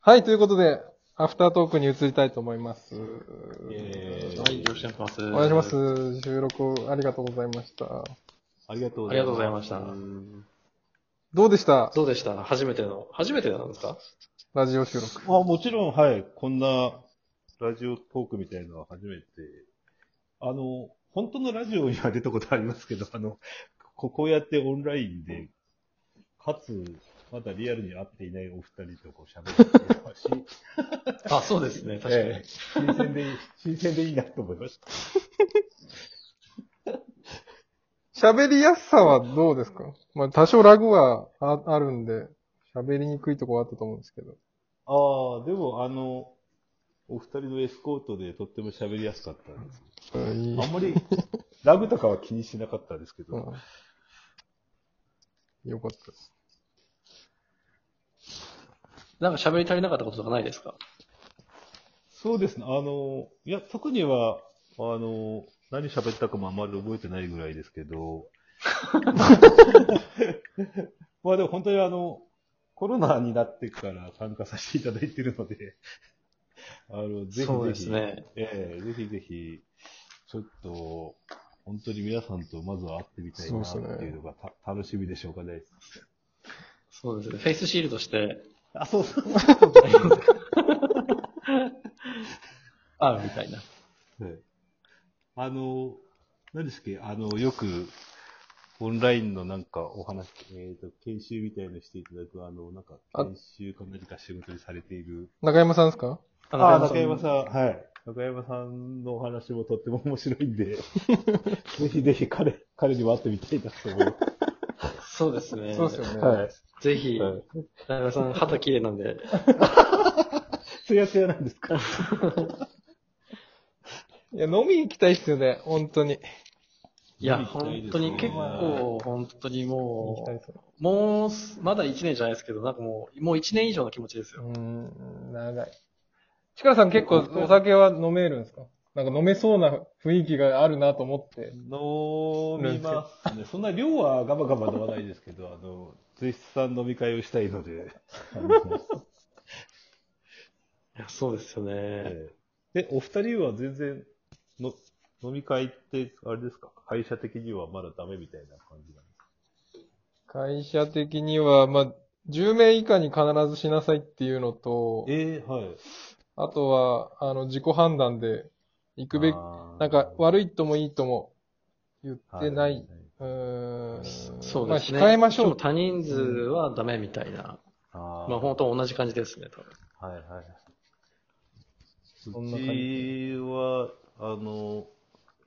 はい、ということで、アフタートークに移りたいと思います。はい、よろしくお願いします。お願いしま。す。収録ありがとうございました。ありがとうありがとうございましたうんどうでしたどうでした初めての、初めてなんですかラジオ収録。まあもちろん、はい、こんなラジオトークみたいのは初めて。あの、本当のラジオには出たことありますけど、あの、ここうやってオンラインで、かつ、まだリアルに会っていないお二人とこう喋るっていうのはしあ、そうですね、確かに。ええ新鮮でいい、新鮮でいいなと思いました。喋りやすさはどうですかまあ、多少ラグはああるんで、喋りにくいとこはあったと思うんですけど。ああ、でもあの、お二人のエスコートでとっても喋りやすかったです。うんいいあんまり、ラグとかは気にしなかったですけど、うん、よかったです。なんか喋り足りなかったこととかないですかそうですね。あの、いや、特には、あの、何喋ったかもあまり覚えてないぐらいですけど、 まあでも本当にあの、コロナになってから参加させていただいているので、あの、ぜひぜひ、そうですね。ええぜひぜひ、ちょっと、本当に皆さんとまずは会ってみたいなってそうですねいうのがた、楽しみでしょうかね。そうですね。フェイスシールドして、あ、そうそう。会うみたいな。はいあの、何ですっけ、あの、よく、オンラインのなんかお話、えっ、と、研修みたいのしていただく、あの、なんか、あ研修か何か仕事にされている。中山さんですかあ、中山ん。さん、はい。中山さんのお話もとっても面白いんで、ぜひぜひ彼、彼にも会ってみたいなと思いまそうですね。そうですよす。ね。はい。ぜひ、は中い山さん、肌綺麗なんで、つやつやなんですかいや、飲み行きたいっすよね、本当に。いや、 見に行きたい本です当ねに結構、本当に行きもたいっすよう、もうす、まだ1年じゃないですけど、なんかもう、もう1年以上の気持ちですうよ。ん、長い。チカラさん結構お酒は飲めるんですかなんか飲めそうな雰囲気があるなと思って。飲みますね。そんな量はガバガバ飲まないですけど、あの、随筆さん飲み会をしたいので、あのいや、そうですよね。ええ、お二人は全然の、飲み会って、あれですか会社的にはまだダメみたいな感じなんですか会社的には、まあ、10名以下に必ずしなさいっていうのと、ええはい。あとは、あの、自己判断で行くべき、ななんか悪いっいともいいとも言ってない。うーん。そうですね。まあ、控えましょでもう。多人数はダメみたいな。あーまあ本当同じ感じですね、多分。はいはい。うちそんな感じ。は、あの、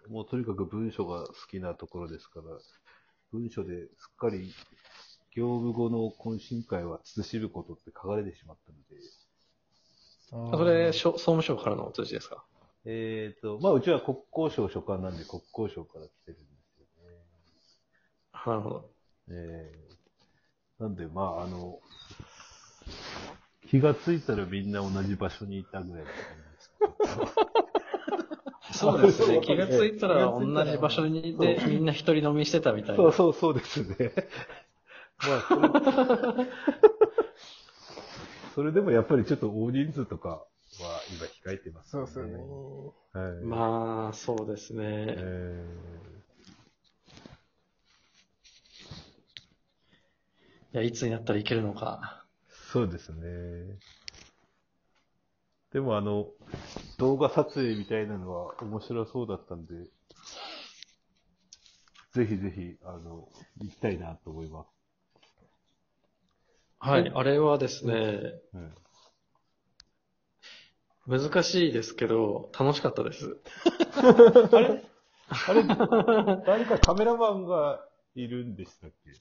もうとにかく文章が好きなところですから、文章ですっかり業務後の懇親会は慎むことって書かれてしまったので、あーそれ、しょ総務省からのお通知ですかえっ、と、まあうちは国交省所管なんで国交省から来てるんですよね。なるほど。ええなんで、まあ、あの、気がついたらみんな同じ場所にいたぐらいの感じです。 そうですそうね。そう気がついたら同じ場所にいて、みんな一人飲みしてたみたいそうな。そうそうですね。 まあ、そ れそれでもやっぱりちょっと大人数とかは今控えてます、そうですよね。はい。あ、まあ、そうですえね。いや、いつになったらいけるのか。ーそうですね。でもあの、動画撮影みたいなのは面白そうだったんで、ぜひぜひ、あの、行きたいなと思います。はい。あれはですね、うん 難しいですけど、楽しかったです。あれ、誰かカメラマンがいるんでしたっけ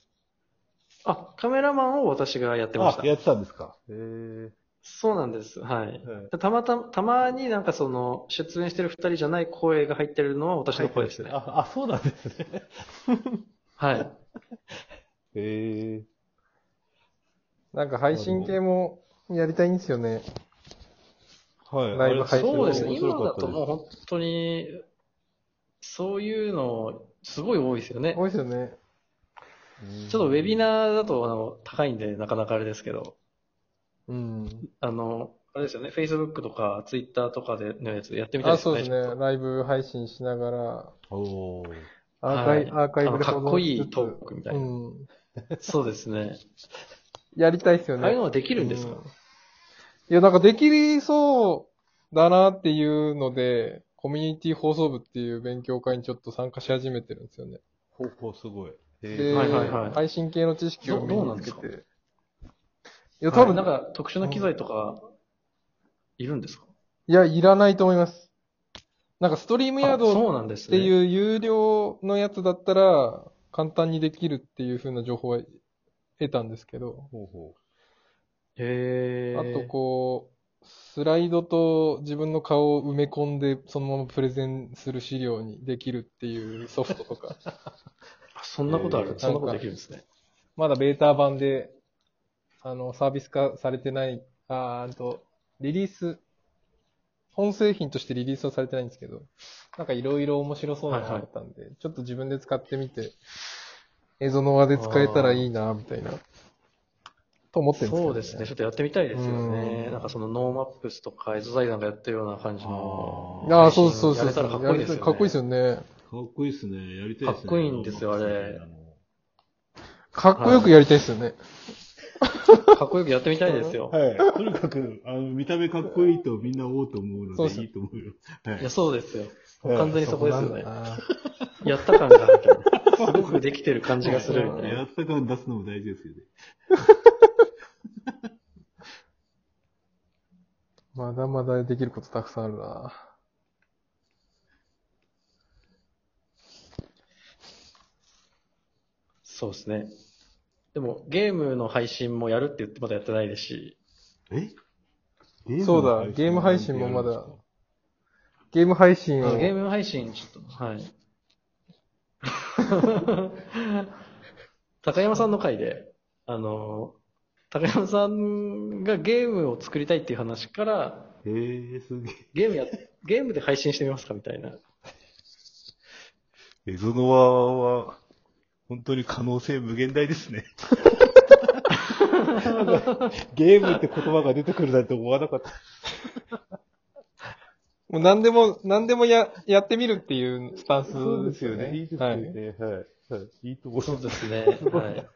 あ、カメラマンを私がやってましあ、やた。ってたんですか。へえ。そうなんです。はい。はいたまた、たまになんかその、出演してる二人じゃない声が入ってるのは私の声ですね。あ、あ、そうなんですね。はい。へえ。なんか配信系もやりたいんですよね。はい。ライブ配信そうですね。面今白かだったともう本当に、そういうの、すごい多いですよね。多いですよね。ですちょっとウェビー。ナーだとあの高いんで、なかなかあれですけど。うん。あの、あれですよね、Facebook とか Twitter とかでのやつやってみたいあ、ですそうね。ですね。ライブ配信しながら、おーアーカイ,、はいアーカイブであのかっこい保存しいつつトークみたいなうん。そうですね。やりたいっすよね。ああいうのはできるんですかう、いや、なんかできりそうだなっていうので、コミュニティ放送部っていう勉強会にちょっと参加し始めてるんですよね。ほうほう、すごい。へで、ーはいはいはい配信系の知識を身どうなにんつですけかて。いや、多分、なんい、か特殊な機材とか、いるんですかや、いらないと思います。なんかストリームヤーあドそうなんでっすてね。う。いう有料のやつだったら、簡単にできるっていう風な情報は得たんですけど、ほうほへあーとこう、スライドと自分の顔を埋め込んで、そのままプレゼンする資料にできるっていうソフトとか、あそんなことあえるーそんなことできるんですね。まだベータ版で、あの、サービス化されてない、あーあと、リリース、本製品としてリリースはされてないんですけど、なんかいろいろ面白そうなのがあったんで、ちょっと自分で使ってみて、映像の輪で使えたらいいな、みたいな、と思ってるんですけど、そうですね。ちょっとやってみたいですよねう。んなんかそのノーマップスとか、エゾ財団がやってるような感じの。ああ、そうそうそうやれたそう。らかっこいいですよね。かっこいいですよね。う。かっこいいですね。やりたいですね。かっこいいんですよあれかっこよくやりたいですよね。かっこよくやってみたいですよ。はい。とにかく、あの、見た目かっこいいとみんな思うと思うそうそのうでいいと思うよ。はいいや、そうですよ。はい完全にそこですようねなん。だなやった感があるみたいな。すごくできてる感じがするみたいやな。った感出すのも大事ですよね。まだまだできることたくさんあるな。そうですね。でも、ゲームの配信もやるって言ってまだやってないですし、えゲームの配信そうだゲーム配信もまだやるんですかゲーム配信あをのゲーム配信、ちょっと、 はい。高山さんの回で、あの、高山さんがゲームを作りたいっていう話から、へえすげゲームや、ゲームで配信してみますかみたいな。え。エゾノワは、本当に可能性無限大ですね。 ゲームって言葉が出てくるなんて思わなかった。もう何でも、何でもや、やってみるっていうスタンスそうですよね。いいですはよい。ね。はい。はい、いいと思います。です ね。はい。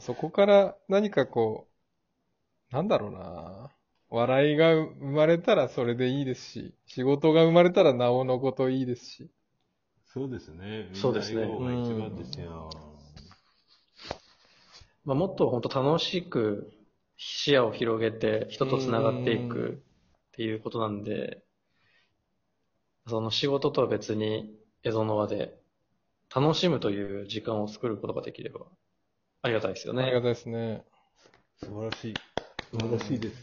そこから何かこう、なんだろうな。笑いが生まれたらそれでいいですし、仕事が生まれたらなおのこといいですし。そうですね。そうですねみんな笑顔が一番ですよ。まあ、もっと本当楽しく視野を広げて人とつながっていくっていうことなんで、その仕事とは別にエゾノワで楽しむという時間を作ることができればありがたいですよありがね。たいですね。素晴らしい。素晴らしいです。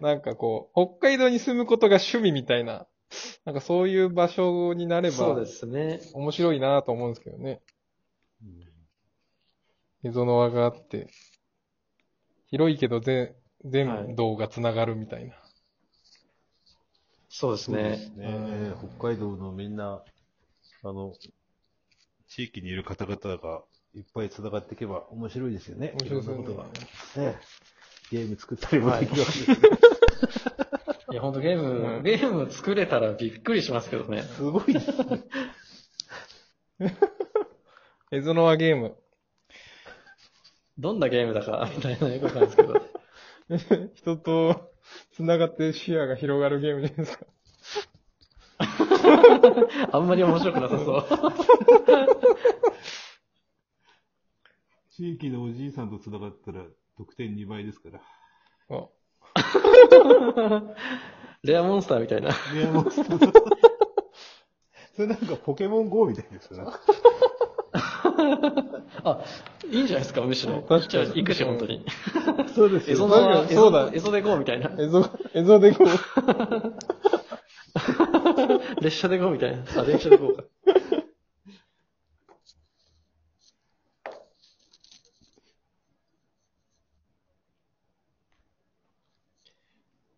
なんかこう、北海道に住むことが趣味みたいな、なんかそういう場所になれそうばで、すね。面白いなと思うんですけどね。うん溝の輪があって、広いけど全、全道が繋がるみたいな。そうですそうでねす。ね。北海道のみんな、あの、地域にいる方々がいっぱい繋がっていけば面白いですよね。面白いそろうんでなすこね。とが。ねゲーム作ったりもできるわけですね。いや、本当ゲーム、ゲーム作れたらびっくりしますけど ね。すごいですね。エゾノワゲーム。どんなゲームだか、みたいなよくわかんないですけど。 人と繋がって視野が広がるゲームじゃないですか。あんまり面白くなさそう。地域のおじいさんと繋がったら得点2倍ですから。あレアモンスターみたいな。いや、もう、そのそれなんかポケモン GO みたいですよ。なんかあ、いいんじゃないですか、むしろ。確かに行くし、本当に。そうでエゾのノワ確かにそうだエゾで GO みたいな。エゾ、エゾでこう、列車で GO みたいな。あ、電車で GO か。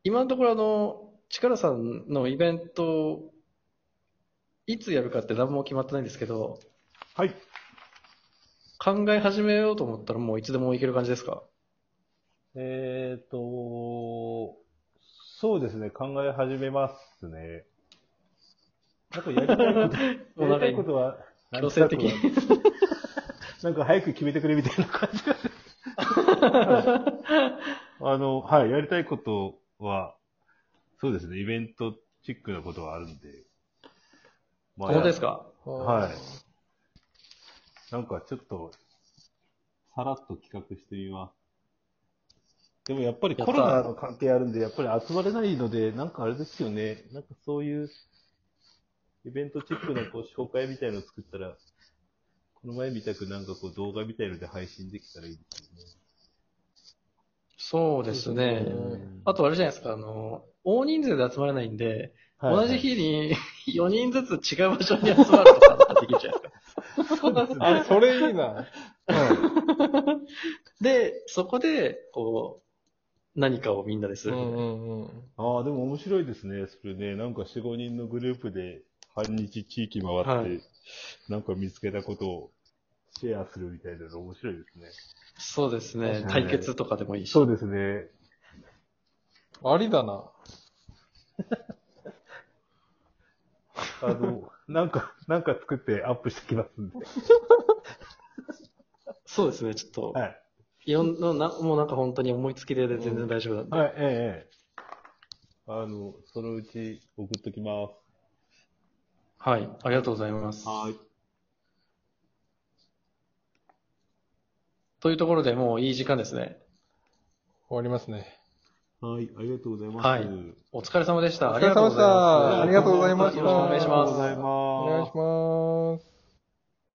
今のところ、あの、力さんのイベント、いつやるかって何も決まってないんですけど、はい。考え始めようと思ったらもういつでもいける感じですかえっ、と、そうですね、考え始めますね。あとやりたいこと、やりたいことは、強制的に。 なんか早く決めてくれみたいな感じが。 あの、はい、やりたいことは、そうですね、イベントチックなことはあるんで。ま本当ですかはい。なんかちょっと、さらっと企画してみます。でもやっぱりコロナの関係あるんで、やっぱり集まれないので、なんかあれですよね。なんかそういう、イベントチックなこう紹介みたいのを作ったら、この前みたくなんかこう動画みたいので配信できたらいいですよね。そうですねそうですね。あとあれじゃないですか、あの、大人数で集まれないんで、はいはい同じ日に 4人ずつ違う場所に集まるとかだったらできるじゃないですか。あ、それいいな。で、そこで、こう、何かをみんなですうるみたいんな。うんうん。ああ、でも面白いですね。それね、なんか4、5人のグループで、半日地域回って、はいなんか見つけたことをシェアするみたいなの面白いですね。そうですね。確かに対決とかでもいいし。そうですね。ありだな。あ の、なんか、なんか作ってアップしてきますんで。そうですね、ちょっと。はい。いろんな、なもうなんか本当に思いつきで全然大丈夫なんで。はい、ええ、ええ。あの、そのうち送っときます。はい、ありがとうございます。はい。というところでもういい時間ですね。終わりますね。はい、ありがとうございます。はいお疲れ様でした。おあ疲りれがと様うごでしざいますた。ありがとうございました。よろしくお願いしまありがとうすございますお願いします。